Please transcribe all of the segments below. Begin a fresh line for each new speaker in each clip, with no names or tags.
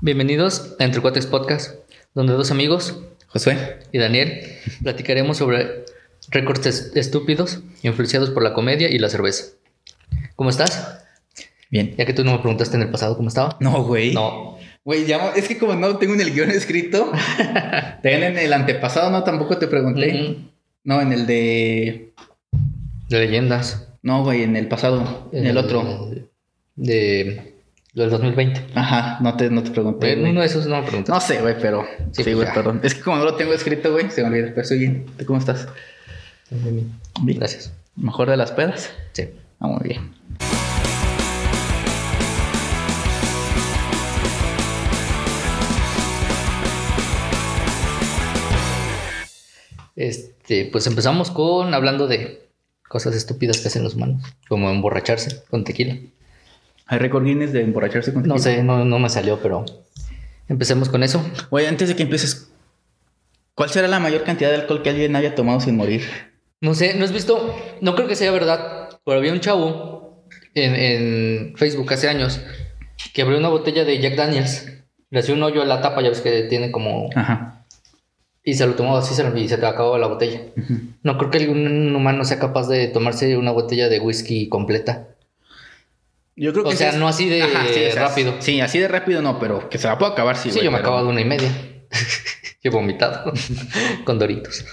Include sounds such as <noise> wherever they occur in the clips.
Bienvenidos a Entre Cuates Podcast, donde dos amigos,
Josué.
y Daniel, platicaremos sobre récords es- estúpidos influenciados por la comedia y la cerveza. ¿Cómo estás?
Bien.
Ya que tú no me preguntaste en el pasado cómo estaba.
No, güey.
No.
Güey, ya- es que como no tengo en el
<laughs>
guión escrito, ten en el antepasado, no, tampoco te pregunté.
Mm,
No, en el de.
De leyendas.
No, güey, en el pasado, en el otro.
De lo del 2020.
Ajá, no te, no te pregunté.
En
güey.
uno de esos no me preguntaste.
No sé, güey, pero.
Sí,
Sí,
pues
güey,
ya.
perdón. Es que como no lo tengo escrito, güey, se me olvida. Pero estoy bien. ¿Tú cómo estás? Bien.
Gracias.
Mejor de las pedas.
Sí.
Ah, muy bien.
Este, pues empezamos con hablando de cosas estúpidas que hacen los humanos, como emborracharse con tequila.
¿Hay récord Guinness de emborracharse con
No
tequila?
sé, no, no me salió, pero empecemos con eso.
Güey, antes de que empieces, ¿cuál será la mayor cantidad de alcohol que alguien haya tomado sin morir?
No sé, no has visto, no creo que sea verdad, pero había un chavo en, en Facebook hace años que abrió una botella de Jack Daniels, le hacía un hoyo en la tapa, ya ves que tiene como...
Ajá.
Y se lo tomaba así se lo- y se te acababa la botella.
Ujú.
No creo que algún humano sea capaz de tomarse una botella de whisky completa.
Yo creo
O
que
sea,
sí
no así de
o sea,
rápido.
Sí, así de rápido no, pero que se la puedo acabar, sí.
Sí,
güey,
yo me
pero-
acababa de una y media. <laughs> Yo he vomitado <laughs> con doritos.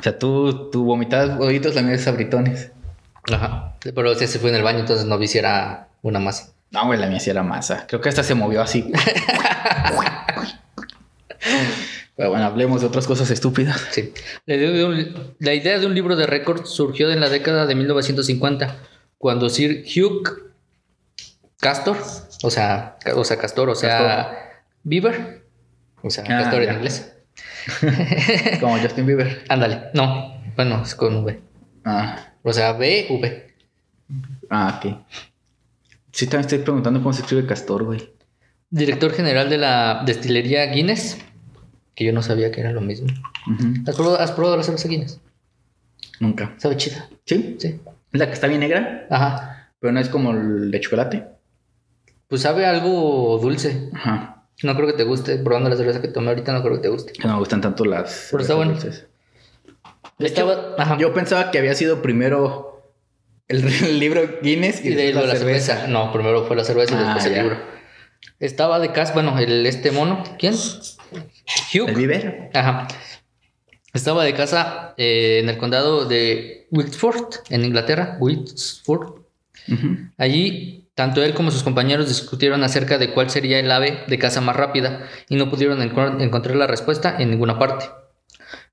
O sea, tú, tú vomitabas bolitos, la mía es sabritones.
Ajá. Pero o sea, se fue en el baño, entonces no vi si era una masa.
No, güey, la mía sí era masa. Creo que hasta se movió
<laughs>
así. pero bueno, hablemos de otras cosas estúpidas.
Sí. La idea, de un, la idea de un libro de récords surgió en la década de 1950, cuando Sir Hugh Castor, o sea, ca- o sea Castor, o sea, Beaver, o sea,
Ah,
Castor en
ya.
inglés.
Como Justin Bieber.
Ándale, no, bueno, es con V.
Ah,
O sea, B, V.
ah, ok. Sí, también estoy preguntando cómo se escribe castor, güey.
Director general de la destilería Guinness, que yo no sabía que era lo mismo.
Ujú.
¿Has probado, has probado la cerveza Guinness?
Nunca.
Sabe chida,
¿Sí?
sí.
Es la que está bien negra,
Ajá.
pero no es como el de chocolate.
Pues sabe algo dulce.
Ajá.
No creo que te guste, probando la cerveza que tomé ahorita, no creo que te guste.
Que no me gustan tanto las.
Pero está bueno.
dulces. De hecho,
Estaba, ajá.
Yo pensaba que había sido primero el, <laughs> el libro Guinness y,
y de ahí
después
luego la cerveza. No, primero fue la cerveza y
Ah,
después el
ya.
libro. Estaba de casa, bueno, el, este mono, ¿quién?
El
Hugh.
vivero.
Ajá. Estaba de casa eh, en el condado de Whitford, en Inglaterra. Whitford. Allí, tanto él como sus compañeros discutieron acerca de cuál sería el ave de caza más rápida y no pudieron enco- encontrar la respuesta en ninguna parte.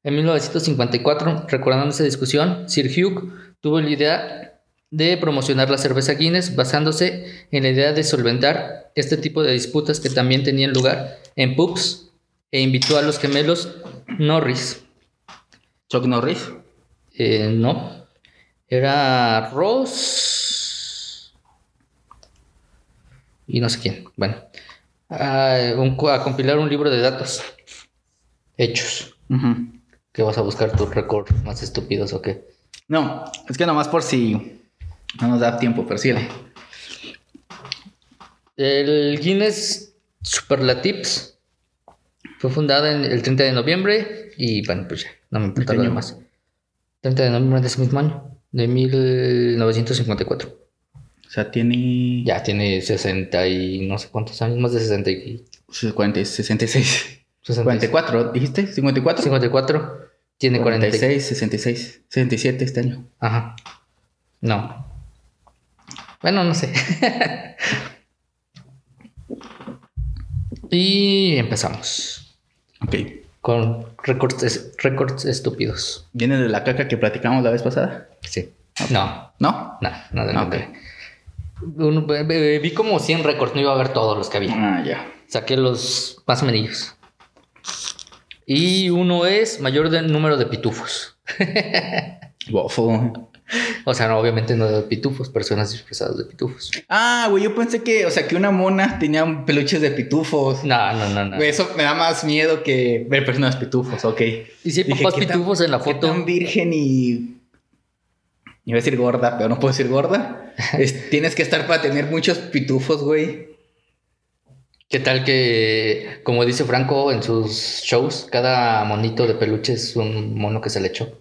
En 1954, recordando esa discusión, Sir Hugh tuvo la idea de promocionar la cerveza Guinness basándose en la idea de solventar este tipo de disputas que también tenían lugar en pubs e invitó a los gemelos Norris.
Chuck Norris.
Eh, no. Era Ross. Y no sé quién. Bueno. A, un cu- a compilar un libro de datos. Hechos. Que vas a buscar tus récords más estúpidos o qué.
No, es que nomás por si no nos da tiempo, pero sí.
El Guinness Superlatives fue fundada en el 30 de noviembre. Y bueno, pues ya. No me importa lo
Pequeño.
demás. 30 de noviembre de ese mismo año. De 1954.
O sea, tiene.
Ya tiene 60 y no sé cuántos años, más de 60 y
40, 66.
64.
44, ¿dijiste? 54.
54, tiene 46.
46, 66, 67 este año.
Ajá. No. Bueno, no sé. <laughs> y empezamos
Ok.
con récords es- récords estúpidos.
¿Viene de la caca que platicamos la vez pasada?
Sí. No,
¿No?
no, no de
Ah,
nada. Uno- ve- ve- eh, Vi como 100 récords, no iba a ver todos los que había.
Ah, ya.
Saqué los más menillos. Y uno es mayor del número de pitufos.
Bofo.
O sea, no, obviamente no de pitufos, personas disfrazadas de pitufos.
Ah, güey, yo pensé que, o sea, que una mona tenía un peluches de pitufos.
No, no, no, no.
Güey, Eso me da más miedo que ver personas pitufos, ok.
y si hay
Dije,
papás
¿qué tan-
pitufos en la
¿Qué
foto.
tan virgen y... Iba a decir gorda, pero no puedo
<laughs>
decir gorda. Es- tienes que estar para tener muchos pitufos, güey.
¿Qué tal que, como dice Franco en sus shows, cada monito de peluche es un mono que se le echó?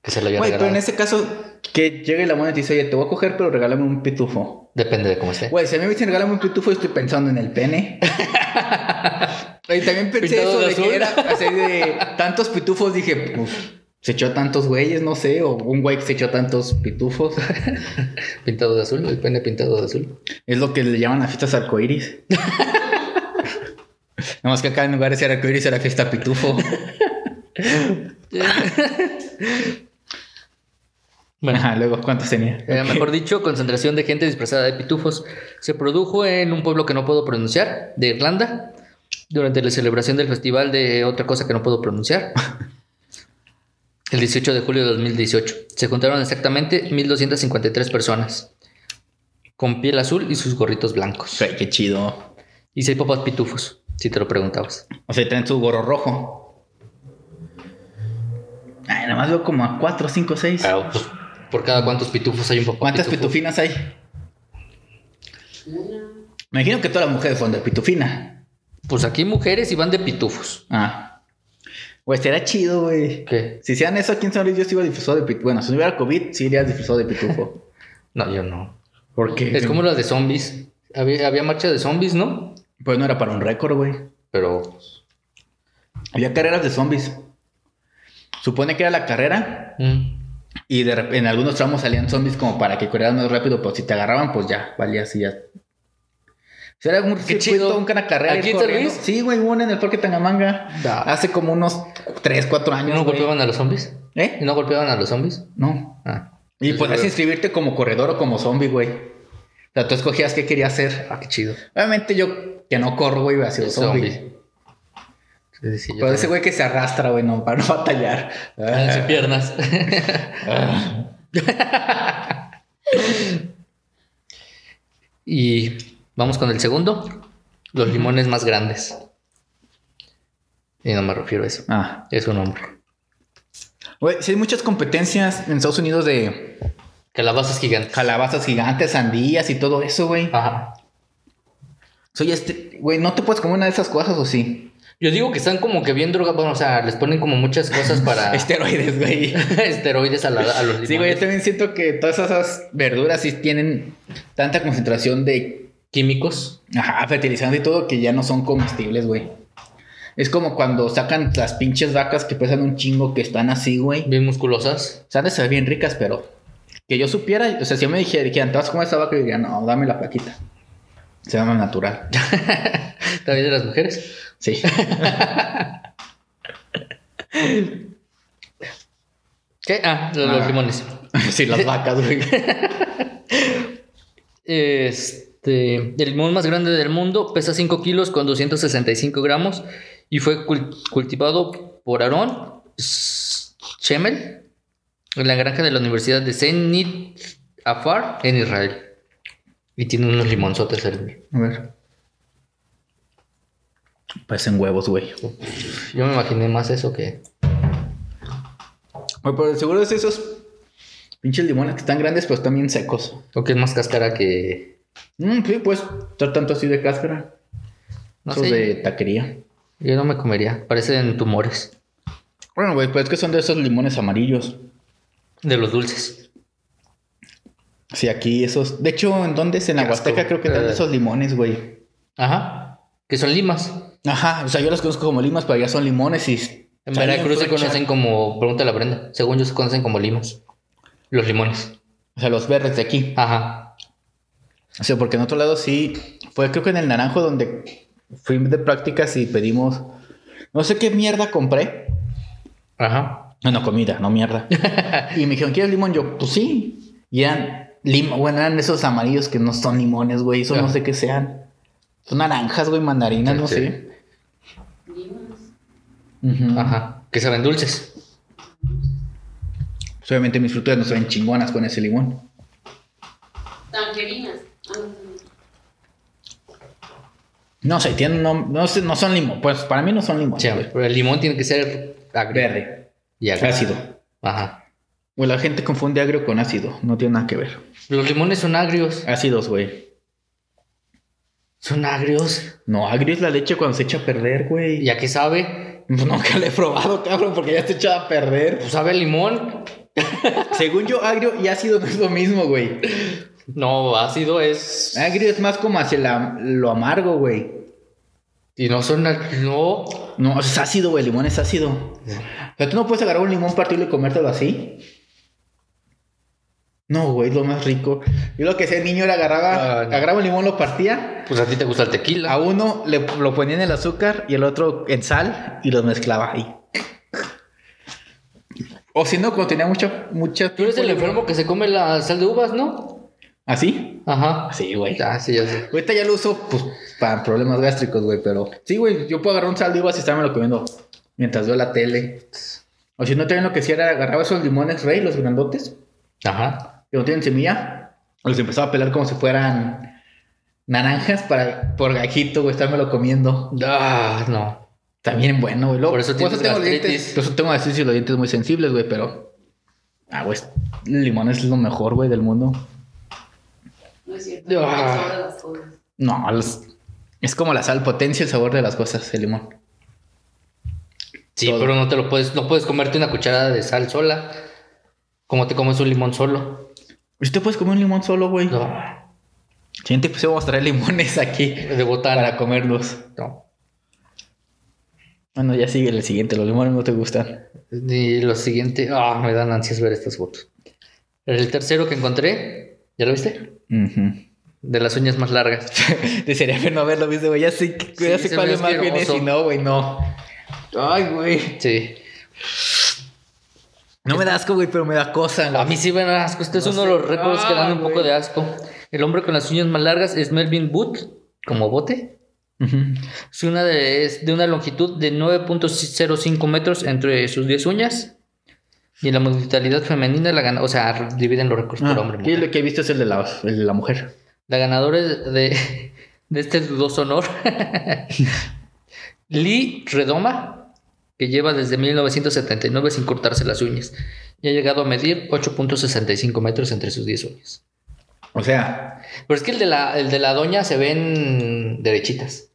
Que se le había
Güey, pero
regalado.
en ese caso, que llegue la mona y te dice, oye, te voy a coger, pero regálame un pitufo.
Depende de cómo esté.
Güey, si a mí me dicen regálame un pitufo, yo estoy pensando en el
<laughs>
pene. y también pensé
Pintado
eso
de
de,
azul.
que era así de tantos pitufos, dije, pues, se echó tantos güeyes, no sé, o un güey que se echó tantos pitufos.
Pintado de azul, el pene pintado de azul.
Es lo que le llaman las fiestas arcoíris. <laughs> Nada más que acá en lugar de ser arcoíris era fiesta pitufo.
Bueno,
Ajá, luego, ¿cuántos tenía?
eh, mejor dicho, concentración de gente disfrazada de pitufos se produjo en un pueblo que no puedo pronunciar, de Irlanda, durante la celebración del festival de otra cosa que no puedo pronunciar. <laughs> El 18 de julio de 2018. Se juntaron exactamente 1.253 personas. Con piel azul y sus gorritos blancos.
Güey, qué chido.
Y seis papas pitufos, si te lo preguntabas.
O sea, traen su gorro rojo. Ay, nada más veo como a 4, 5, 6.
por cada cuántos pitufos hay un papá
¿Cuántas
pitufo?
pitufinas hay? Me imagino que todas las mujeres son de pitufina.
Pues aquí mujeres y van de pitufos.
Ah. Güey, será chido, güey.
¿Qué?
Si sean eso aquí en San Luis, yo sí iba disfrazado de pitufo. Bueno, si no hubiera COVID, sí iría disfrazado de pitufo. <laughs>
No, yo no.
Porque.
Es como la de zombies. Había, había marcha de zombies, ¿no?
Pues no era para un récord, güey.
Pero
Había carreras de zombies. Supone que era la carrera
mm,
y de rep- en algunos tramos salían zombies como para que corrieran más rápido, pero si te agarraban, pues ya, valía así ya. O sea, Era un circuito,
chido.
una carrera.
¿Aquí
ir
en San
corriendo.
Luis?
Sí, güey, hubo una en el Parque Tangamanga.
Da.
Hace como unos 3, 4 años.
¿no
güey.
golpeaban a los zombies?
¿Eh?
¿No golpeaban a los zombies?
No.
Ah,
Y pues,
Sí,
podías
sí,
inscribirte como corredor o como zombie, güey. O sea, tú escogías qué querías hacer.
ah, qué chido.
Obviamente yo, que no corro, güey, hubiera sido zombie.
Zombies. Sí, sí, yo
Pero ese
también.
güey que se arrastra, güey, no, para no batallar.
Ah, en sus
<laughs>
piernas. <laughs> y vamos con el segundo. Los limones más grandes. Y no me refiero a eso.
Ah.
Es un hombre.
Güey, sí hay muchas competencias en Estados Unidos de
Calabazas gigantes.
calabazas gigantes, sandías y todo eso, güey.
Ajá.
Soy este, güey, ¿no te puedes comer una de esas cosas o sí?
Yo digo que están como que bien drogados. Bueno, o sea, les ponen como muchas cosas <laughs> para
<laughs> Esteroides, güey.
esteroides a, la- a <laughs> los limones.
Sí, güey, yo también siento que todas esas verduras sí tienen tanta concentración de
Químicos.
ajá, fertilizante y todo que ya no son comestibles, güey. Es como cuando sacan las pinches vacas que pesan un chingo que están así, güey.
Bien musculosas.
O sea, han de ser bien ricas, pero que yo supiera, o sea, si yo me dijera, dijeran, te vas a comer esa vaca, yo diría, no, dame la plaquita. Se llama natural.
También de las mujeres.
Sí. <laughs>
¿Qué? Ah, los los
Ah.
limones.
Sí, las vacas, güey.
Este, el limón más grande del mundo pesa 5 kilos con 265 gramos y fue cul- cultivado por Aarón Shemel en la granja de la Universidad de Zenit Afar en Israel. Y tiene unos limonzotes el-
A ver. Parecen huevos, güey.
Yo me imaginé más eso que.
Güey, pero seguro es esos pinches limones que están grandes, pero están bien secos.
O que es más cáscara que.
Mm, sí, pues, estar tanto así de cáscara.
No
esos
sé.
de taquería.
Yo no me comería. Parecen tumores.
Bueno, güey, pues es que son de esos limones amarillos.
De los dulces.
Sí, aquí esos. De hecho, ¿en dónde es? En la
Qué asco.
Huasteca creo que están
Eh.
esos limones, güey.
Ajá. Que son limas.
Ajá, o sea, yo los conozco como limas, pero allá son limones y.
En Veracruz se
pues,
conocen como, pregúntale a Brenda, según yo se conocen como limas. Los limones.
O sea, los verdes de aquí.
Ajá.
O sea, porque en otro lado sí, fue creo que en el Naranjo donde fui de prácticas y pedimos, no sé qué mierda compré.
Ajá.
No, no, comida, no
<laughs>
mierda. y me dijeron, ¿quieres limón? Yo, pues sí. Y eran, lim bueno, eran esos amarillos que no son limones, güey, eso no
Ajá.
sé qué sean. Son naranjas, güey, mandarinas,
Sí,
no
sí.
sé. Ujú.
Ajá. Que saben dulces.
Pues, obviamente mis frutas no se ven chingonas con ese limón.
Tangerinas. Ah, no, no, no.
No sé, tienen, no, no, sé, no son limón. Pues para mí no son limones.
Sí,
güey.
pero el limón tiene que ser agrio.
Verde,
Y agrio.
ácido.
Ajá.
O la gente confunde agrio con ácido, no tiene nada que ver.
Los limones son agrios.
Ácidos, güey.
Son agrios.
No, agrio es la leche cuando se echa a perder, güey.
¿Y a qué sabe?
Pues nunca la he probado, cabrón, porque ya está echada a perder.
Pues sabe a limón.
Según yo, agrio y ácido no es lo mismo, güey.
No, ácido es.
Agrio es más como hacia la- lo amargo, güey.
Y no son. ag- No.
No, es ácido, güey. El limón es ácido. O sea, tú no puedes agarrar un limón, partirlo y comértelo así. No, güey, es lo más rico. Yo lo que sé, niño, era agarraba,
Ah, no.
agarraba un limón, lo partía.
Pues a ti te gusta el
A
tequila.
uno le, lo ponía en el azúcar y el otro en sal y los mezclaba ahí. O si no, cuando tenía mucho, mucha.
Tú eres el enfermo que se come la sal de uvas, ¿no?
¿Así?
Ajá.
Así, güey.
Ah, sí, ya sé.
¿Ah, Ahorita ya lo uso, pues, para problemas gástricos, güey, pero... Sí, güey, yo puedo agarrar un sal de uvas y estármelo comiendo mientras veo la tele. O si no, también lo que hacía era agarraba esos limones rey, los grandotes,
Ajá.
que no tienen semilla, los empezaba a pelar como si fueran naranjas para, por gajito, güey, estármelo comiendo.
Ah, no.
También bueno, güey. luego-
Por eso tienes
tengo los
gastritis.
dientes, por eso tengo así, sí, los dientes muy sensibles, güey, pero... Ah, güey, el limón es lo mejor, güey, del mundo.
No es cierto.
Ah.
no es sobre las cosas.
No, los- es como la sal, potencia el sabor de las cosas, el limón.
Sí,
Todo.
pero no te lo puedes, no puedes comerte una cucharada de sal sola. Como te comes un limón solo.
Usted puedes comer un limón solo, güey.
No,
Siguiente episodio vamos a traer limones aquí
de botana.
para comerlos.
No.
Bueno, ya sigue el siguiente. Los limones no te gustan.
Y lo siguiente, ah, me dan ansias ver estas fotos. El tercero que encontré, ¿ya lo viste? De las uñas más largas.
<laughs> Desearía ver no haberlo visto, güey. Ya sé,
Sí,
ya
se
sé cuál
ve
es más bien es
asqueroso.
y no, güey, no. Ay, güey.
Sí.
No me da asco, güey, pero me da cosa.
A mí sí me da asco. Este es
No
uno de
sé.
los récords que dan un
Ah,
poco
güey.
de asco. El hombre con las uñas más largas es Melvin Boot, como bote.
Ujú.
Es una de, es de una longitud de 9.05 metros entre sus 10 uñas. Y en la mortalidad femenina la gana, o sea, r- dividen los recursos
Ah,
por hombre. y
y
mujer.
lo que he visto es el de la, el de la mujer.
La ganadora es de, de este dudoso honor, Lee Redoma, que lleva desde 1979 sin cortarse las uñas. Y ha llegado a medir 8.65 metros entre sus 10 uñas.
O sea,
Pero es que el de la, el de la doña se ven derechitas.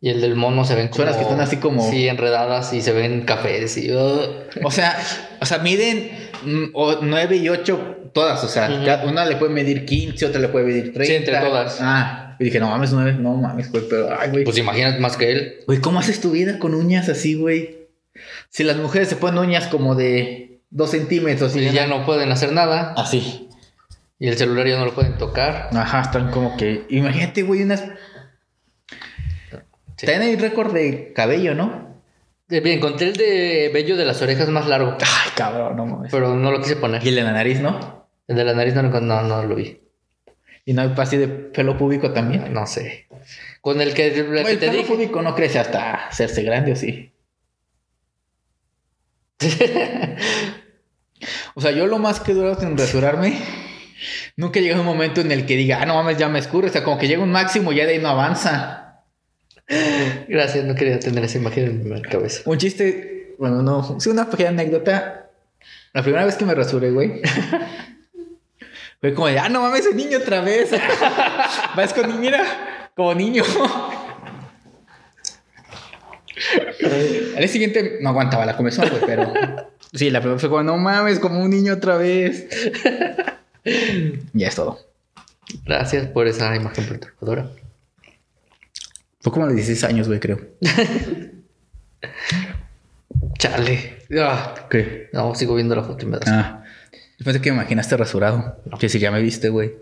Y el del mono se ven como...
Son las que están así como-
Sí, enredadas y se ven cafés y... uh, ugh.
o sea, o sea, miden mm, o 9 y 8 todas. O sea,
Ujú.
cada- una le puede medir 15, otra le puede medir 30.
Sí, entre todas.
Ah, y dije, no mames, 9, no mames, güey, pero ay, güey.
Pues imagínate más que él.
Güey, ¿cómo haces tu vida con uñas así, güey? Si las mujeres se ponen uñas como de dos centímetros
Y
y
ya no pueden hacer nada.
Así.
Y el celular ya no lo pueden tocar.
Ajá, están como que. Imagínate, güey, unas.
Sí.
También hay récord de cabello, ¿no?
Eh, Bien, encontré el de vello de las orejas más largo.
Ay, cabrón, no mames.
Pero no lo quise poner.
Y el de la nariz, ¿no?
El de la nariz no lo, no, no lo vi.
Y no hay así de pelo púbico también.
No sé. Con el que, el que
Güey, el
te
pelo
dije.
púbico no crece hasta hacerse grande, ¿o sí? <laughs> o sea, yo lo más que he durado sin rasurarme, nunca llega un momento en el que diga, ah, no mames, ya me escurre. O sea, como que llega un máximo y ya de ahí no avanza.
Gracias, no quería tener esa imagen en mi cabeza.
Un chiste, bueno, no, sí, una pequeña anécdota. La primera vez que me rasuré, güey. Fue como de, ah, no mames, el niño otra vez. Vas con, mira, como niño. Al día siguiente no aguantaba la comezón, güey, pero. Sí, la primera fue como, no mames, como un niño otra vez. ya es todo.
Gracias por esa imagen perturbadora.
Fue como a los 16 años, güey, creo.
Chale. Ah,
¿Qué?
no, sigo viendo la foto y me da.
Ah. Después de que me imaginaste rasurado. Que si ya me viste, güey.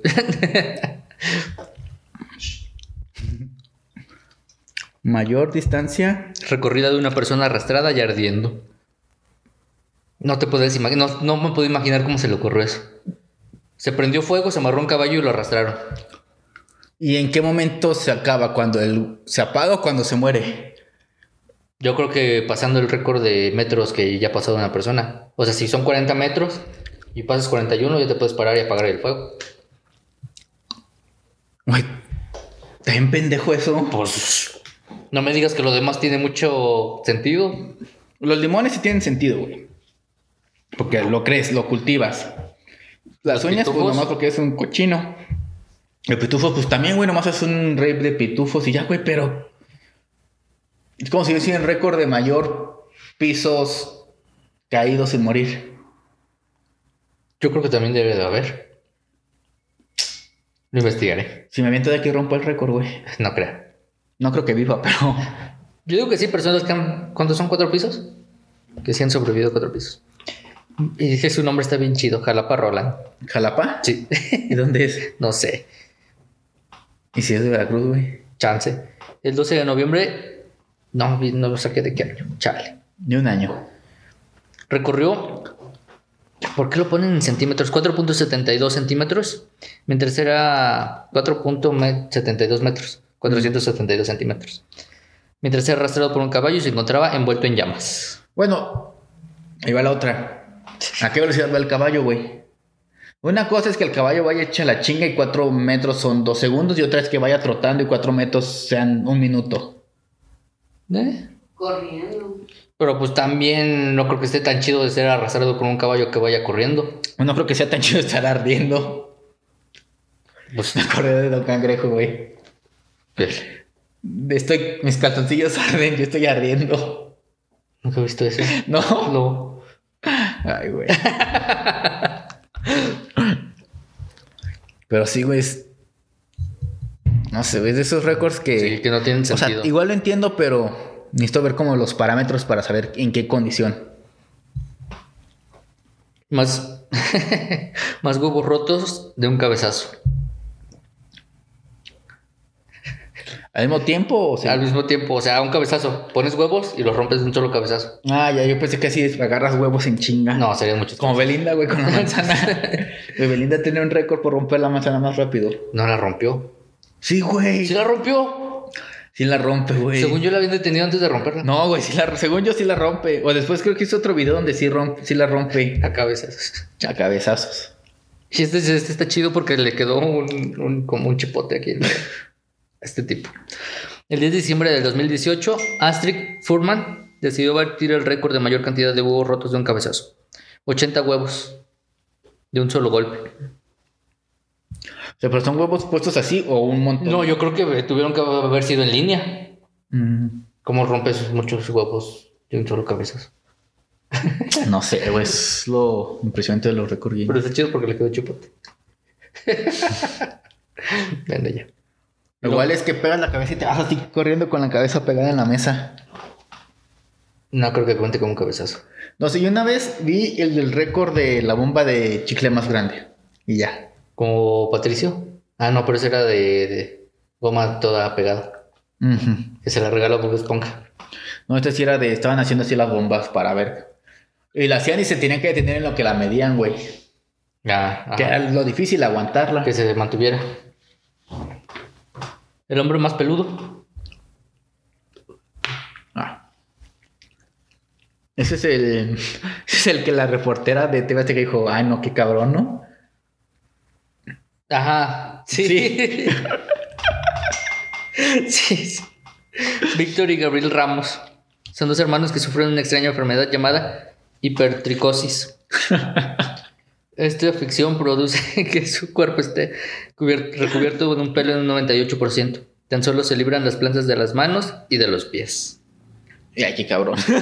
Mayor distancia.
Recorrida de una persona arrastrada y ardiendo. No te puedes imaginar, no, no me puedo imaginar cómo se le ocurrió eso. Se prendió fuego, se amarró un caballo y lo arrastraron.
¿Y en qué momento se acaba? ¿Cuando el, se apaga o cuando se muere?
Yo creo que pasando el récord de metros que ya ha pasado una persona. O sea, si son 40 metros y pasas 41, ya te puedes parar y apagar el fuego.
Güey, también pendejo eso.
Pues no me digas que lo demás tiene mucho sentido.
Los limones sí tienen sentido, güey. Porque lo crees, lo cultivas. Las
Los
uñas, pues
pitujos.
nomás porque es un cochino. El pitufo, pues también, güey, nomás es un rape de pitufos y ya, güey, pero. Es como si hubiesen récord de mayor pisos caídos sin morir.
Yo creo que también debe de haber. Lo investigaré.
Si me aviento de aquí, rompo el récord, güey.
No creo.
No creo que viva, <laughs> pero.
Yo digo que sí, personas que han. ¿Cuántos son? ¿Cuatro pisos? Que sí han sobrevivido cuatro pisos. Y dije, su nombre está bien chido, Jalapa Roland.
¿Jalapa? <laughs>
Sí, <laughs>
¿Y dónde es?
no sé,
¿Y si es de Veracruz, güey?
chance. El 12 de noviembre, no, vi- no saqué de qué año, chale.
De un año.
Recorrió, ¿por qué lo ponen en centímetros? 4.72 centímetros, mientras era 4.72 metros, 472 centímetros. Mientras era arrastrado por un caballo y se encontraba envuelto en llamas.
Bueno, ahí va la otra. ¿A qué velocidad va el caballo, güey? Una cosa es que el caballo vaya hecha la chinga y cuatro metros son dos segundos, y otra es que vaya trotando y cuatro metros sean un minuto.
¿Eh?
Corriendo.
Pero pues también no creo que esté tan chido de ser arrastrado por un caballo que vaya corriendo.
No creo que sea tan <laughs> chido estar ardiendo. <laughs>
Pues,
Me acordé de Don Cangrejo, güey.
pues,
De- Estoy, mis calzoncillos <laughs> arden, yo estoy ardiendo.
nunca he visto eso.
No.
No.
Ay, güey. Pero sí, güey. es- No sé, güey, es de esos récords que.
Sí, que no tienen
O sea,
sentido.
igual lo entiendo, pero necesito ver como los parámetros para saber en qué condición.
Más, <laughs> más huevos rotos de un cabezazo.
¿Al mismo tiempo? O sea,
Al mismo tiempo, o sea, un cabezazo. Pones huevos y los rompes de un solo cabezazo.
Ah, ya, yo pensé que así es, agarras huevos en chinga.
No, serían muchos.
Como Belinda,
<laughs>
güey, con la manzana. Güey, Belinda tiene un récord por romper la manzana más rápido.
No la rompió.
Sí, güey.
Sí
Sí,
la rompió.
la rompe, güey.
Según yo la habían detenido antes de romperla.
No, güey, sí la, según yo sí la rompe. O después creo que hizo otro video donde sí, rompe, sí la rompe
A cabezazos.
a cabezazos.
Y este, este está chido porque le quedó un, un- como un chipote aquí. <laughs> ¿no? A este tipo. El 10 de diciembre del 2018, Astrid Furman decidió batir el récord de mayor cantidad de huevos rotos de un cabezazo. 80 huevos de un solo golpe.
O sea, pero son huevos puestos así o un montón.
No, yo creo que tuvieron que haber sido en línea.
Mm,
Como rompes muchos huevos de un solo cabezazo.
no sé, güey, es lo impresionante de los récords. Guinness.
Pero está chido porque le quedó <laughs> chupote. Bueno, ya.
Lo igual es que pegas la cabeza y te vas así corriendo con la cabeza pegada en la mesa.
No creo que cuente como un cabezazo.
No sé, yo una vez vi el del récord de la bomba de chicle más grande. Y ya.
Como Patricio. Ah, no, pero ese era de, de goma toda pegada.
Ujú.
Que se la regaló Bob Esponja.
No, este sí era de. Estaban haciendo así las bombas para ver. Y la hacían y se tenían que detener en lo que la medían, güey.
Ah, ajá.
Que era lo difícil aguantarla.
que se mantuviera. El hombre más peludo.
Ah. Ese es el. <laughs> Ese es el que la reportera de TV Azteca dijo: Ay, no, qué cabrón, ¿no?
Ajá. Sí.
Sí.
<laughs> Sí, sí. Víctor y Gabriel Ramos. Son dos hermanos que sufren una extraña enfermedad llamada hipertricosis. Esta afección produce <laughs> que su cuerpo esté cubier- recubierto con un pelo en un 98%. Tan solo se libran las plantas de las manos y de los pies.
Y ay, qué cabrón. sí,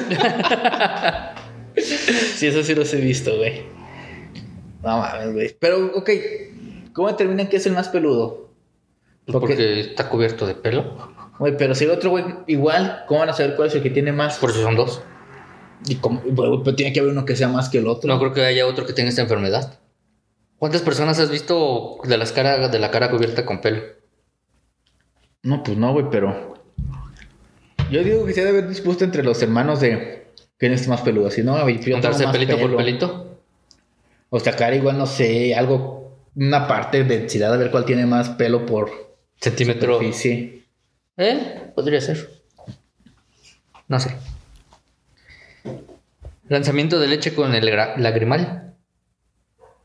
eso sí los he visto, güey. No mames, güey. Pero, ok. ¿Cómo terminan que es el más peludo?
Pues
Porque-
Porque está cubierto de pelo.
Güey, pero si el otro, güey, igual, ¿cómo van a saber cuál es el que tiene más?
Por eso son dos.
Y cómo- güey, pero tiene que haber uno que sea más que el otro.
No creo que haya otro que tenga esta enfermedad. ¿Cuántas personas has visto de, las cara, de la cara cubierta con pelo?
No, pues no, güey, pero. Yo digo que se debe haber dispuesto entre los hermanos de quién es más peludo. Si no, güey, yo tengo
¿Contarse
más
pelito por
pelo.
pelito?
O sacar igual, no sé, algo, una parte de densidad, a ver cuál tiene más pelo por
Centímetro.
sí.
¿Eh? Podría ser. No sé. Lanzamiento de leche con el gra- lagrimal.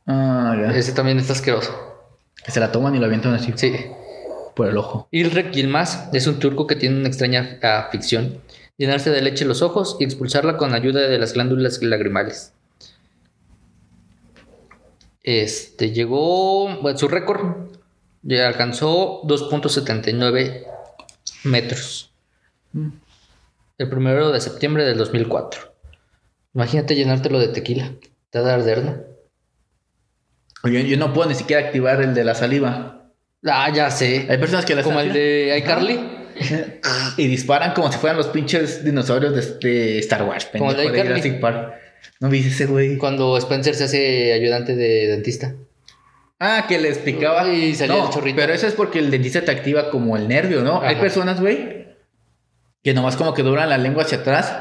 Ah, ya.
Ese también está asqueroso.
Que se la toman y lo avientan así
Sí.
por el ojo.
Ilrek Yilmaz es un turco que tiene una extraña afición. Llenarse de leche los ojos y expulsarla con ayuda de las glándulas lagrimales. Este llegó. bueno, su récord Y alcanzó 2.79 metros. El primero de septiembre del 2004. Imagínate llenártelo de tequila. Te ha de arder, ¿no?
Yo, yo no puedo ni siquiera activar el de la saliva.
Ah, ya sé.
Hay personas que la
Como el
activan
de iCarly.
<laughs> y disparan como si fueran los pinches dinosaurios de, este Star Wars,
Como el de
pendejo, de
iCarly.
Jurassic Park. No viste ese güey.
Cuando Spencer se hace ayudante de dentista.
Ah, que les picaba.
Y salía
No,
el chorrito.
Pero eso es porque el dentista te activa como el nervio, ¿no? Hay
Ajá.
personas, güey, que nomás como que doblan la lengua hacia atrás.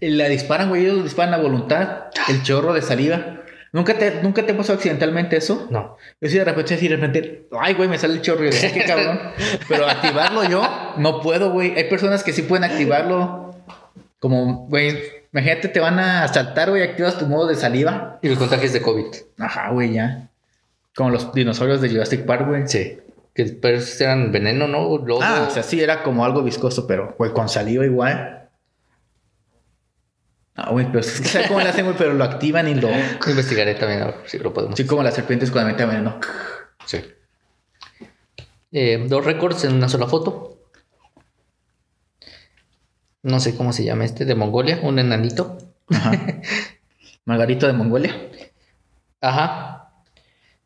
Y la disparan, güey, ellos disparan a voluntad. El chorro de saliva. ¿Nunca te, ¿Nunca te pasó accidentalmente eso?
No.
Yo sí de repente, así de repente, ay, güey, me sale el chorro. Y yo, qué cabrón. Pero activarlo yo no puedo, güey. Hay personas que sí pueden activarlo. Como, güey, imagínate, te van a asaltar, güey, activas tu modo de saliva.
Y los contagios de COVID.
Ajá, güey, ya. Como los dinosaurios de Jurassic Park, güey.
Sí. Que pero esos eran veneno, ¿no? Lodo.
Ah, o sea, sí, era como algo viscoso, pero, güey, con saliva igual. Ah, güey, pero es que ¿sabes cómo le hacen, güey? Pero lo activan y lo...
Investigaré también a ver si lo podemos.
Así como las serpientes cuando meten veneno.
Sí. Eh, dos récords en una sola foto. No sé cómo se llama este, de Mongolia, un enanito.
Ajá. Margarito de Mongolia.
Ajá.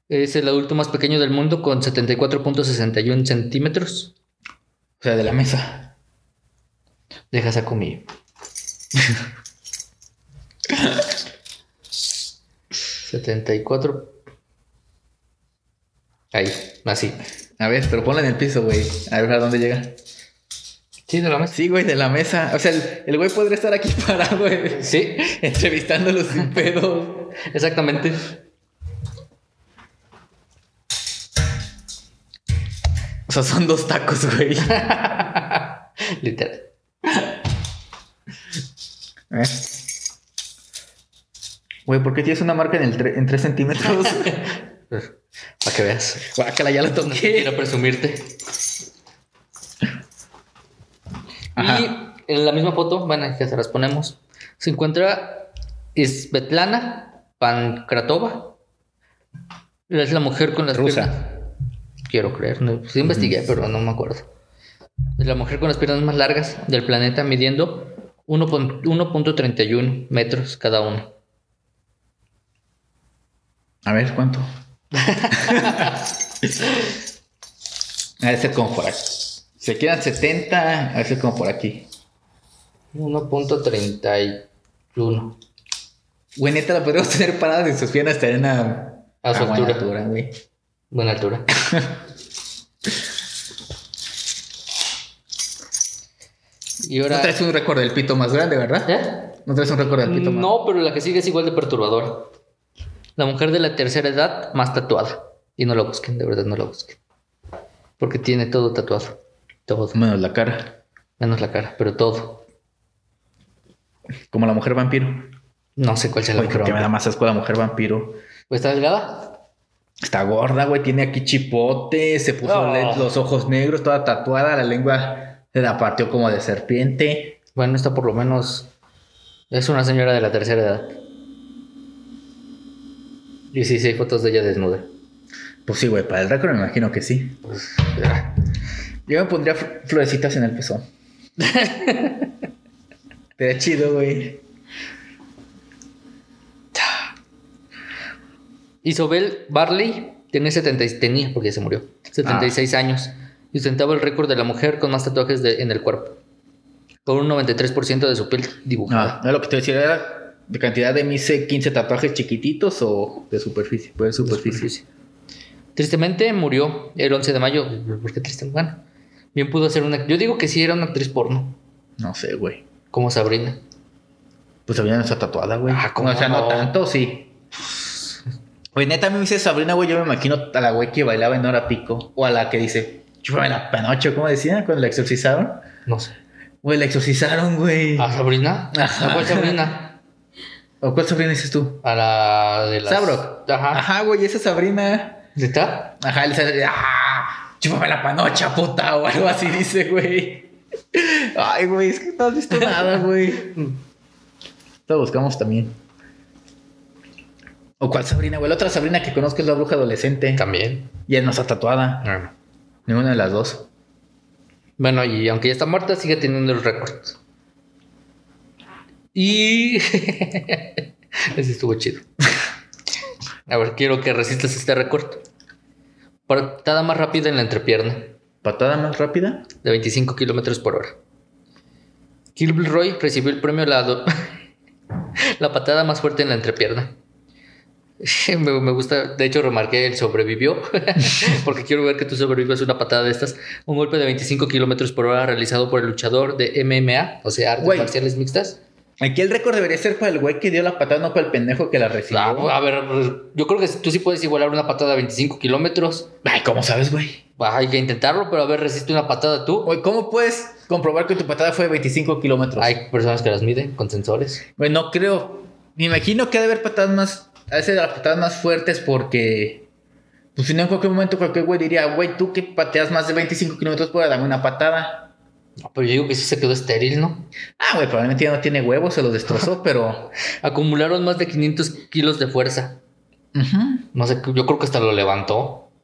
Es el adulto más pequeño del mundo con 74.61 centímetros.
O sea, de la mesa.
Dejas a conmigo. ¿74? Ahí, así.
A ver, pero ponla en el piso, güey. A ver a dónde llega.
Sí, de la mesa.
Sí, güey, de la mesa. O sea, el, el güey podría estar aquí <laughs> parado, güey.
Sí,
Entrevistándolo sin pedo.
exactamente. <laughs>
O sea, son dos tacos, güey.
Literal.
¿Eh? Güey, ¿por qué tienes una marca en, el tre- en
<laughs>
3 centímetros?
Para que veas.
Guácala, ya la
No
toqué.
quiero presumirte.
Ajá.
Y en la misma foto, bueno, ya se las ponemos. Se encuentra Svetlana Pankratova. Es la mujer con las
Rusa. Mm.
piernas. Quiero creer. No, sí investigué, pero no me acuerdo. Es la mujer con las piernas más largas del planeta, midiendo 1.31 metros cada uno.
A ver, ¿cuánto? a ver, ser como por aquí. Se quedan 70, a ver, ser como por aquí.
1.31
Güey, neta, la podríamos tener parada y sus piernas estarían a,
A su
buena
altura.
güey.
Buena
<laughs>
altura. y
No
ahora.
traes un récord del pito más grande, ¿verdad?
¿Eh?
No traes un récord del pito más
No, pero la que sigue es igual de perturbadora. La mujer de la tercera edad más tatuada. Y no la busquen, de verdad no la busquen. Porque tiene todo tatuado. Todo.
Menos la cara.
Menos la cara, pero todo.
Como la mujer vampiro.
No sé cuál sea la
Güey,
mujer.
creo que me da
vampiro.
más asco la mujer vampiro.
Pues está delgada.
Está gorda, güey. Tiene aquí chipote. Se puso
Oh.
le- los ojos negros, toda tatuada. La lengua se la partió como de serpiente.
Bueno, esta por lo menos es una señora de la tercera edad. Y sí, sí, hay fotos de ella desnuda.
Pues sí, güey. Para el récord me imagino que sí.
Pues, ah,
Yo me pondría fl- florecitas en el pezón. Estaría chido, güey.
Isobel Barley tiene 70, y- tenía, porque ya se murió, 76 años y ostentaba el récord de la mujer con más tatuajes de- en el cuerpo, con un 93% de su piel
No,
dibujada.
Ah, no, lo que te decía era de cantidad de mis 15 tatuajes chiquititos o de superficie. Pues de
de
superficie.
superficie. Tristemente murió el 11 de mayo, porque triste, bueno, bien pudo ser una, yo digo que sí era una actriz porno,
No sé, güey.
como Sabrina.
Pues Sabrina no está tatuada, güey.
Ah, ¿cómo
o sea, no,
no?
tanto, sí. Güey, neta, a mí me dice Sabrina, güey, yo me imagino a la güey que bailaba en Hora Pico. O a la que dice, chúpame la panocha, ¿cómo decía? Cuando la exorcizaron.
No sé.
Güey, la exorcizaron, güey.
¿A Sabrina? ¿A cuál Sabrina?
¿O cuál Sabrina dices tú?
A la de las...
Sabrok. Ah.
Ajá.
Ajá, güey, esa Sabrina.
¿Neta?
Ajá, él dice, ah, chúpame la panocha, puta, o algo así dice, güey. Ay, güey, es que no has visto nada, güey. Lo buscamos también. ¿O cuál Sabrina, güey? La otra Sabrina que conozco es la bruja adolescente.
También.
Y él no está tatuada.
Ah.
Ninguna de las dos.
Bueno, y aunque ya está muerta, sigue teniendo el récord. Y. <laughs> Ese estuvo chido. A ver, quiero que resistas este récord. Patada más rápida en la entrepierna,
¿Patada más rápida?
de 25 kilómetros por hora. Kilroy recibió el premio la, do- <laughs> la patada más fuerte en la entrepierna. <laughs> Me, me gusta, de hecho remarqué el sobrevivió, <laughs> porque quiero ver que tú sobrevivas una patada de estas. Un golpe de 25 kilómetros por hora realizado por el luchador de MMA, o sea, artes
Güey.
marciales mixtas.
Aquí el récord debería ser para el güey que dio la patada, no para el pendejo que la recibió.
Ah, a ver, yo creo que tú sí puedes igualar una patada a 25 kilómetros. Ah,
Ay, ¿cómo sabes, güey?
Hay que intentarlo, pero a ver, resiste una patada tú.
Güey, ¿cómo puedes comprobar que tu patada fue de 25 kilómetros?
Hay personas que las miden con sensores.
Güey, no creo. Me imagino que ha de haber patadas más. A veces las patadas más fuertes porque. Pues si no, en cualquier momento, cualquier güey diría, güey, tú que pateas más de 25 kilómetros por hora, dame una patada.
Pero yo digo que sí se quedó estéril, ¿no?
Ah, güey, probablemente ya no tiene huevos, se los destrozó, <laughs> pero.
Acumularon más de 500 kilos de fuerza.
Ujú.
No sé, yo creo que hasta lo levantó. <laughs>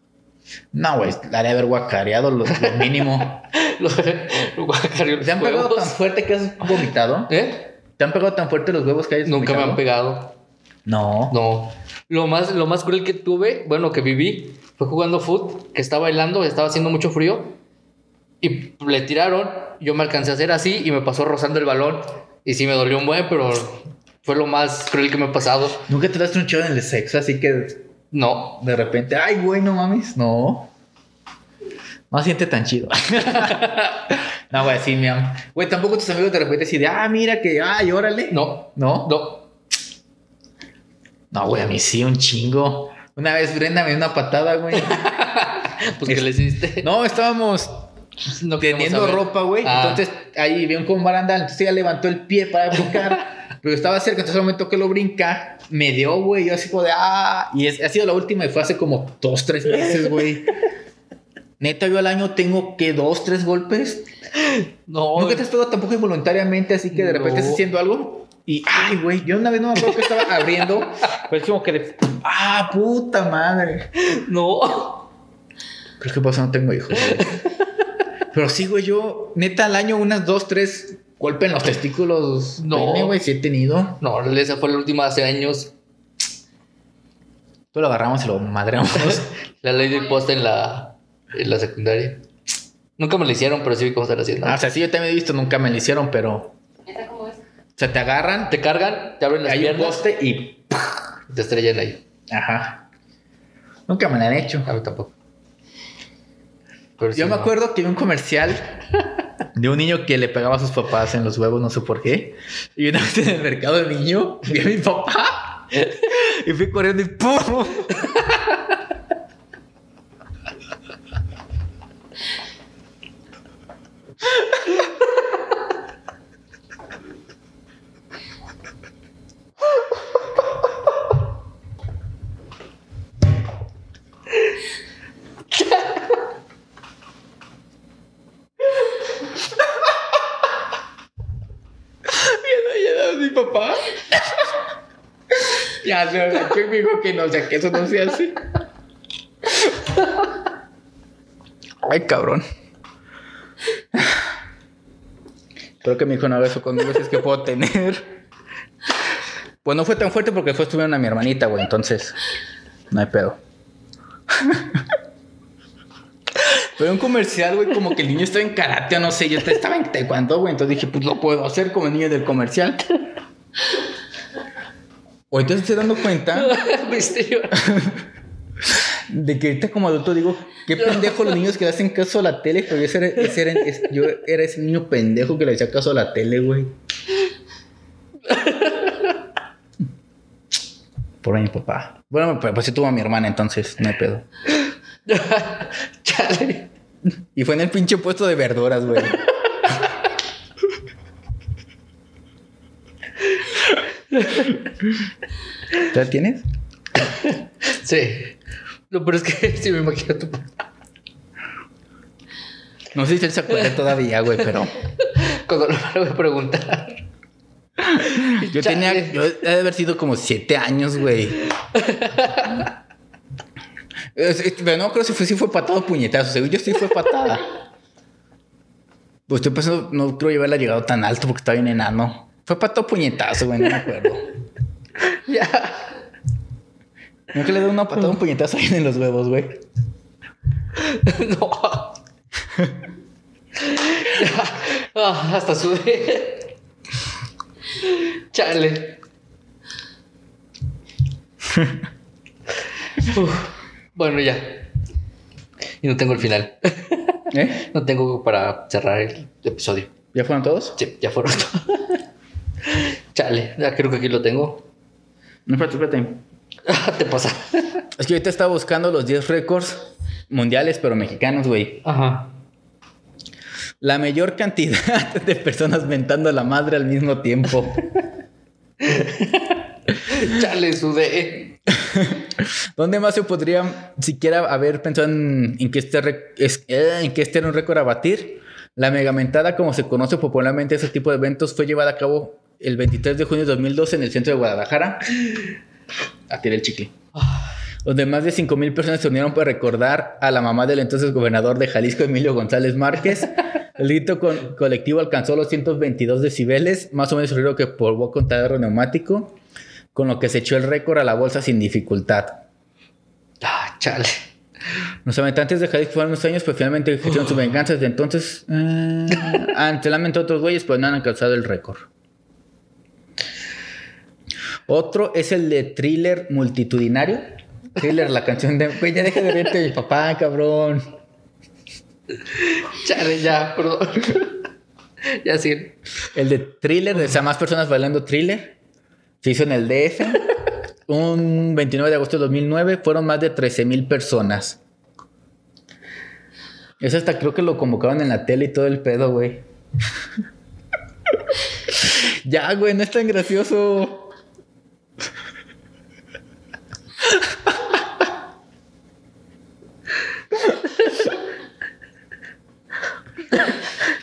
No, güey, la de haber guacareado lo, lo
<laughs>
mínimo.
Lo, lo guacarrió los
¿Te han pegado
huevos.
tan fuerte que has vomitado?
¿Eh?
¿Te han pegado tan fuerte los huevos que hayas
Nunca me han
vomitado?
pegado.
No.
No. Lo más, lo más cruel que tuve, bueno, que viví, fue jugando foot, que estaba bailando, estaba haciendo mucho frío. Y le tiraron, yo me alcancé a hacer así y me pasó rozando el balón. Y sí me dolió un buen, pero fue lo más cruel que me ha pasado.
Nunca te das un chorro en el sexo, así que
No.
De repente, ay, güey, no mames, no. No siente tan chido. <laughs> no, güey, sí, mi amor. Güey, tampoco tus amigos de repente así de, ah, mira que, ay, órale.
No.
No,
No.
no, güey, a mí sí, un chingo. Una vez Brenda me dio una patada,
<laughs>
güey.
Pues que le hiciste.
No, estábamos
<laughs> No queremos
teniendo
saber.
ropa, güey.
Ah.
Entonces ahí vi un con barandal. Entonces ella levantó el pie para <laughs> brincar. pero estaba cerca. Entonces al momento que lo brinca, me dio, güey. Yo así como de, ah. Y es- ha sido la última y fue hace como dos, tres meses, <laughs> güey. Neta, yo al año tengo que dos, tres golpes.
No.
Nunca te has pegado tampoco involuntariamente, así que de repente
No.
estás haciendo algo. Y, ay, güey, yo una vez no me acuerdo que estaba <laughs> abriendo. Pero Pues es como que de, ah, puta madre.
No.
Pero qué pasa, no
<laughs>
tengo hijos. güey. Pero sí, güey, yo, neta, al año unas dos, tres golpes en los testículos.
No.
pene, güey, sí he tenido.
No, esa fue la última hace años.
Tú lo agarramos y
<laughs>
lo madreamos.
La ley del poste en la, en la secundaria. Nunca me la hicieron, pero sí vi cómo se la haciendo.
Ah, o sea, sí, yo también he visto, nunca me lo hicieron, pero. O
¿Esta cómo es?
sea, te agarran,
Te cargan, te abren las
hay un
piernas
poste y.
y te estrellan ahí.
Ajá. Nunca me la han hecho.
A mí tampoco. Pero Pues sí,
Yo me
no. <laughs>
acuerdo que vi un comercial de un niño que le pegaba a sus papás en los huevos, no sé por qué. Y una vez en el mercado del niño, vi a mi papá
<laughs>
y fui corriendo y ¡pum! Ya mi papá. Ya se agachó y me dijo que no, o sea, que eso no se hace. Ay, cabrón. Creo que mi hijo no haga eso conmigo si es que puedo tener. Pues no fue tan fuerte porque fue estuvieron a mi hermanita, güey, entonces no hay pedo. Pero un comercial, güey, como que el niño estaba en karate o no sé, yo estaba en taekwondo, güey, entonces dije, pues lo puedo hacer como el niño del comercial. O entonces estoy dando cuenta
Viste, yo-
de que ahorita como adulto digo, qué pendejo los niños que le hacen caso a la tele, pero yo ese era, ese era- es- yo era ese niño pendejo que le hacía caso a la tele, güey. Por mi papá. Bueno, pues, pues sí tuvo a mi hermana entonces, no hay pedo.
Chale.
Y fue en el pinche puesto de verduras, güey. ¿Te la tienes?
Sí. No, pero es que <laughs> sí me imagino tu papá.
No sé si
<laughs>
él se acuerda todavía, güey, pero...
Cuando lo van a preguntar. Y
Yo
Chale.
tenía. Yo he de haber sido como siete años, güey. Es- es- Pero no creo si fue, si fue patada o puñetazo. Según yo sí fue patada. Pues estoy pensando, no creo yo haberla llegado tan alto porque estaba bien enano. Fue patada o puñetazo, güey, no me acuerdo.
Ya.
No que le da una patada o un puñetazo a alguien en los huevos, güey.
<laughs> No. Ah, hasta sudé. Chale. Uf, bueno, ya. Y no tengo el final.
¿Eh?
No tengo para cerrar el episodio.
¿Ya fueron todos?
Sí, ya fueron todos. Chale, ya creo que aquí lo tengo. Ah,
No, espérate, espérate.
Te pasa.
Es que ahorita estaba buscando los 10 récords mundiales, pero mexicanos, güey.
Ajá.
La mayor cantidad <laughs> de personas mentando la madre al mismo tiempo.
Chale, sudé.
¿Dónde más se podría siquiera haber pensado en, en que, este re- es- eh, en que este era un récord a batir? La megamentada, como se conoce popularmente ese tipo de eventos, fue llevada a cabo el 23 de junio de 2012 en el centro de Guadalajara. A tirar el chicle. Donde más de 5.000 personas se unieron para recordar a la mamá del entonces gobernador de Jalisco, Emilio González Márquez. El grito con- colectivo alcanzó los 122 decibeles, más o menos el ruido que provocó un taladro neumático, con lo que se echó el récord a la bolsa sin dificultad.
Ah, chale.
Los habitantes de Jalisco fueron unos años, pero finalmente ejercieron su venganza. Desde entonces, eh, han- se lamentan otros güeyes, pero no han alcanzado el récord. Otro es el de thriller multitudinario. Thriller, la canción de. Güey, ya deja de verte mi papá, cabrón.
Chale, ya, perdón. ya sí.
El de thriller, de esas más personas bailando thriller. Se hizo en el <laughs> DF. Un 29 de agosto de 2009 fueron más de 13 mil personas. Eso hasta creo que lo convocaron en la tele y todo el pedo, güey. <laughs> ya, güey, no es tan gracioso.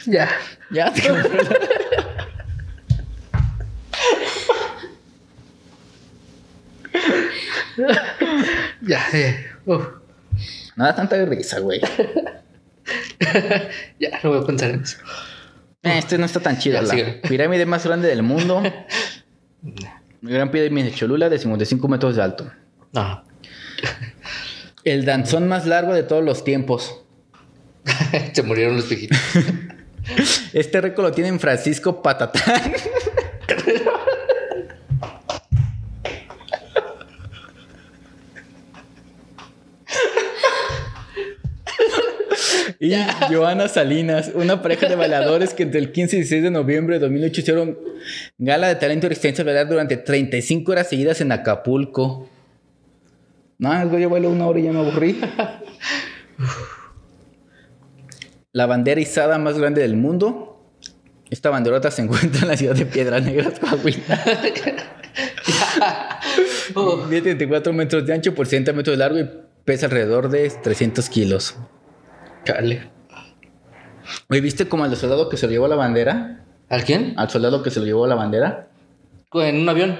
Ya.
<laughs> Ya, te compré la-
Ya, eh, uf.
No da tanta risa, güey.
ya, no voy a pensar en eso.
Eh, este no está tan chido.
Ya,
La
síguele.
pirámide más grande del <laughs> mundo. Gran pirámide de Cholula de 55 metros de alto.
No.
El danzón más largo de todos los tiempos.
<laughs> Se murieron los pijitos.
Este récord lo tienen Francisco Patatán. Y Joana Salinas, una pareja de bailadores que entre el 15 y 16 de noviembre de 2008 hicieron gala de talento y resistencia a bailar durante 35 horas seguidas en Acapulco. No, güey, yo bailo una hora y ya me aburrí. la bandera izada más grande del mundo. Esta banderota se <laughs> encuentra en la ciudad de Piedras Negras, Coahuila.
Uf.
Mide 34 metros de ancho por 60 metros de largo y pesa alrededor de 300 kilos.
Chale.
Oye, ¿viste como al soldado que se lo llevó la bandera?
¿Al quién?
¿Al soldado que se lo llevó la bandera?
En un avión.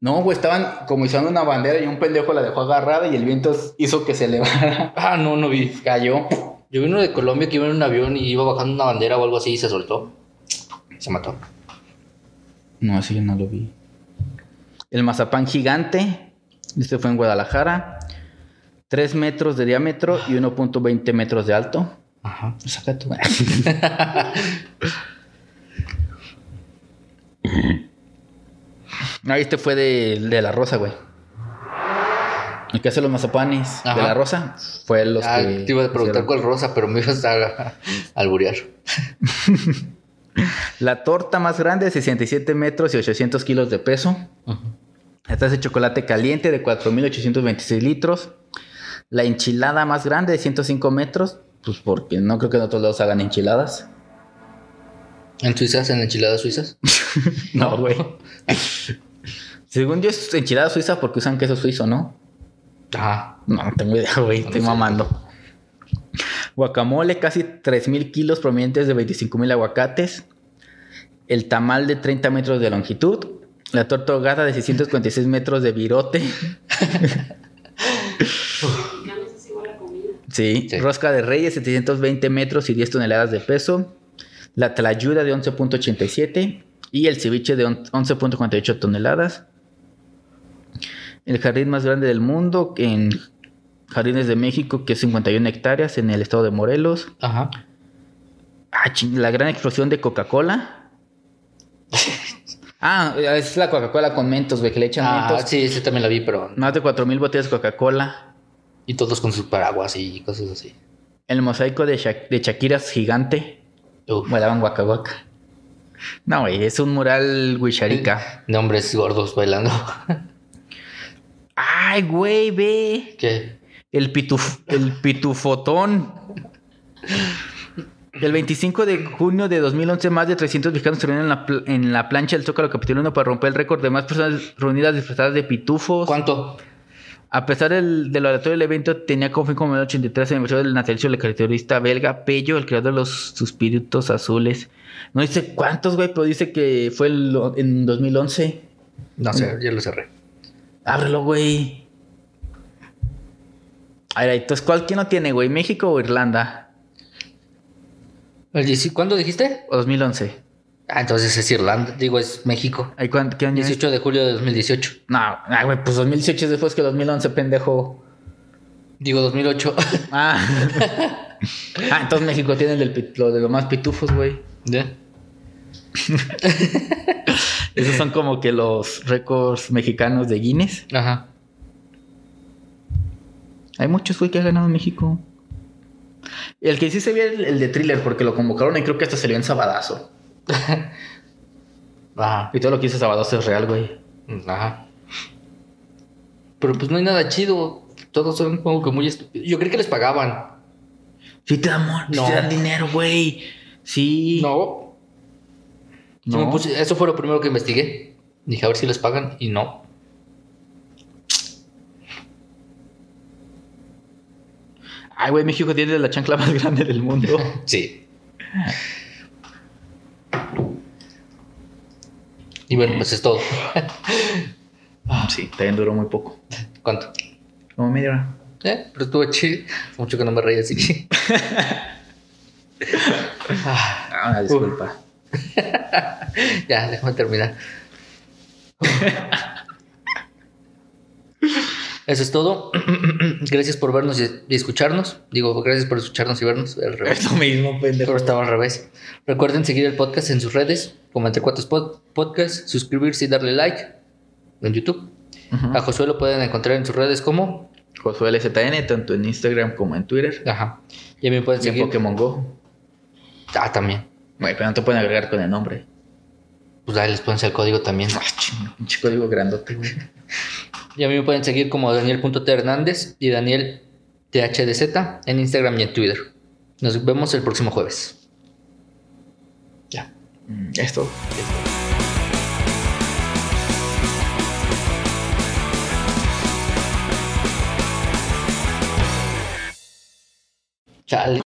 No, güey, estaban como izando una bandera y un pendejo la dejó agarrada y el viento hizo que se <laughs> elevara.
Ah, no, no vi.
Cayó.
Yo vi uno de Colombia que iba en un avión y iba bajando una bandera o algo así y se soltó. Se mató.
No, ese yo no lo vi. El mazapán gigante. Este fue en Guadalajara. 3 metros de diámetro y 1.20 metros de alto.
Ajá. <laughs>
Saca tu- Ah, este fue de, de la rosa, güey. El que hace los mazapanes
Ajá.
de la rosa fue los
Ah,
que.
te iba a preguntar
hicieron.
cuál rosa, pero me ibas a a alburear.
La torta más grande, 67 metros y 800 kilos de peso. Esta es de chocolate caliente de 4.826 litros. La enchilada más grande de 105 metros. Pues porque no creo que en otros lados hagan enchiladas.
¿En Suizas? ¿En enchiladas suizas?
No, güey. <laughs> Según yo es enchilada suiza porque usan queso suizo, ¿no?
Ajá.
No, no tengo idea, güey. Estoy
sé.
mamando. Guacamole, casi 3.000 kilos provenientes de 25.000 aguacates. El tamal de 30 metros de longitud. La torta ahogada de 646 metros de virote.
Mexicano es igual a comida.
Sí.
Sí.
Rosca de Reyes, 720 metros y 10 toneladas de peso. La tlayuda de 11.87 y el ceviche de on- 11.48 toneladas. El jardín más grande del mundo en Jardines de México, que es 51 hectáreas en el estado de Morelos.
Ajá.
Ah, ching, la gran explosión
<laughs>
de Coca-Cola. ah, es la Coca-Cola con mentos, güey, que le echan
Ah,
mentos.
sí, ese también la vi, pero.
Más de 4.000 botellas de Coca-Cola.
Y todos con sus paraguas y cosas así.
El mosaico de, Shak- de Shakiras gigante.
Uf.
Bailaban guaca guaca. No, güey, es un mural huicharica.
De hombres gordos bailando. <laughs>
Ay, güey, ve.
¿Qué?
El, pituf- el pitufotón. El 25 de junio de 2011, más de 300 mexicanos se reunieron en la, pl- en la plancha del Zócalo Capitalino para romper el récord de más personas reunidas disfrazadas de pitufos.
¿Cuánto?
A pesar del, del oratorio del evento, tenía como fin como el 83 aniversario del natalicio del caricaturista belga Pello, el creador de los suspiritos azules. No dice cuántos, güey, pero dice que fue el- en 2011.
No
Mm.
sé, ya lo cerré.
Ábrelo, güey. A ver, entonces, ¿cuál quién no tiene, güey? ¿México o Irlanda?
El 18 ¿Cuándo dijiste?
O 2011.
Ah, entonces es Irlanda. Digo, es México.
¿Ay, cuán- ¿Qué año es?
18 de julio de 2018.
No, ah, güey, pues 2018 es después que 2011, pendejo.
Digo, 2008.
Ah. ah, entonces México tiene el del pit- lo de los más pitufos, güey.
<laughs> ¿Ya?
Esos son como que los récords mexicanos de Guinness.
Ajá.
Hay muchos, güey, que ha ganado México. El que sí se vio el, el de thriller, porque lo convocaron y creo que hasta salió en Sabadazo.
Ajá.
Y todo lo que dice Sabadazo es real, güey.
Mm, Ajá. Pero pues no hay nada chido. Todos son como que muy estúpidos. Yo creí que les pagaban.
Sí te dan, mon- sí
No.
te dan dinero, güey. Sí.
No. Yo
No.
me puse- eso fue lo primero que investigué. Dije, a ver si les pagan. Y no.
Ay, güey, México tiene la chancla <laughs> más grande del mundo. <laughs>
Sí. Y bueno, pues es todo.
Ah, sí, también duró muy poco.
¿Cuánto?
Como media hora.
Eh, pero estuvo chido. Hace Mucho que no me reía así.
<laughs>
Ah,
Ah, una disculpa.
ya, déjame terminar. Eso es todo. <clears throat> Gracias por vernos y y escucharnos. Digo, gracias por escucharnos y vernos. Al revés.
Esto mismo, pendejo.
Pero estaba al revés. Recuerden seguir el podcast en sus redes, como Entre Cuatro Pod- Podcast, suscribirse y darle like en YouTube.
Ujú.
A Josué lo pueden encontrar en sus redes como.
Josué LZN, tanto en Instagram como en Twitter.
Ajá. Y a mí me pueden
Y en
seguir.
Pokémon Go.
Ah, también.
Güey, pero no te pueden agregar con el nombre.
Pues ahí les ponen el código también.
Ah, chingo, un chico digo grandote, güey.
Y a mí me pueden seguir como Daniel.t Hernández y Daniel THDZ en Instagram y en Twitter. Nos vemos el próximo jueves. Ya.
Mm, Esto.
Chale.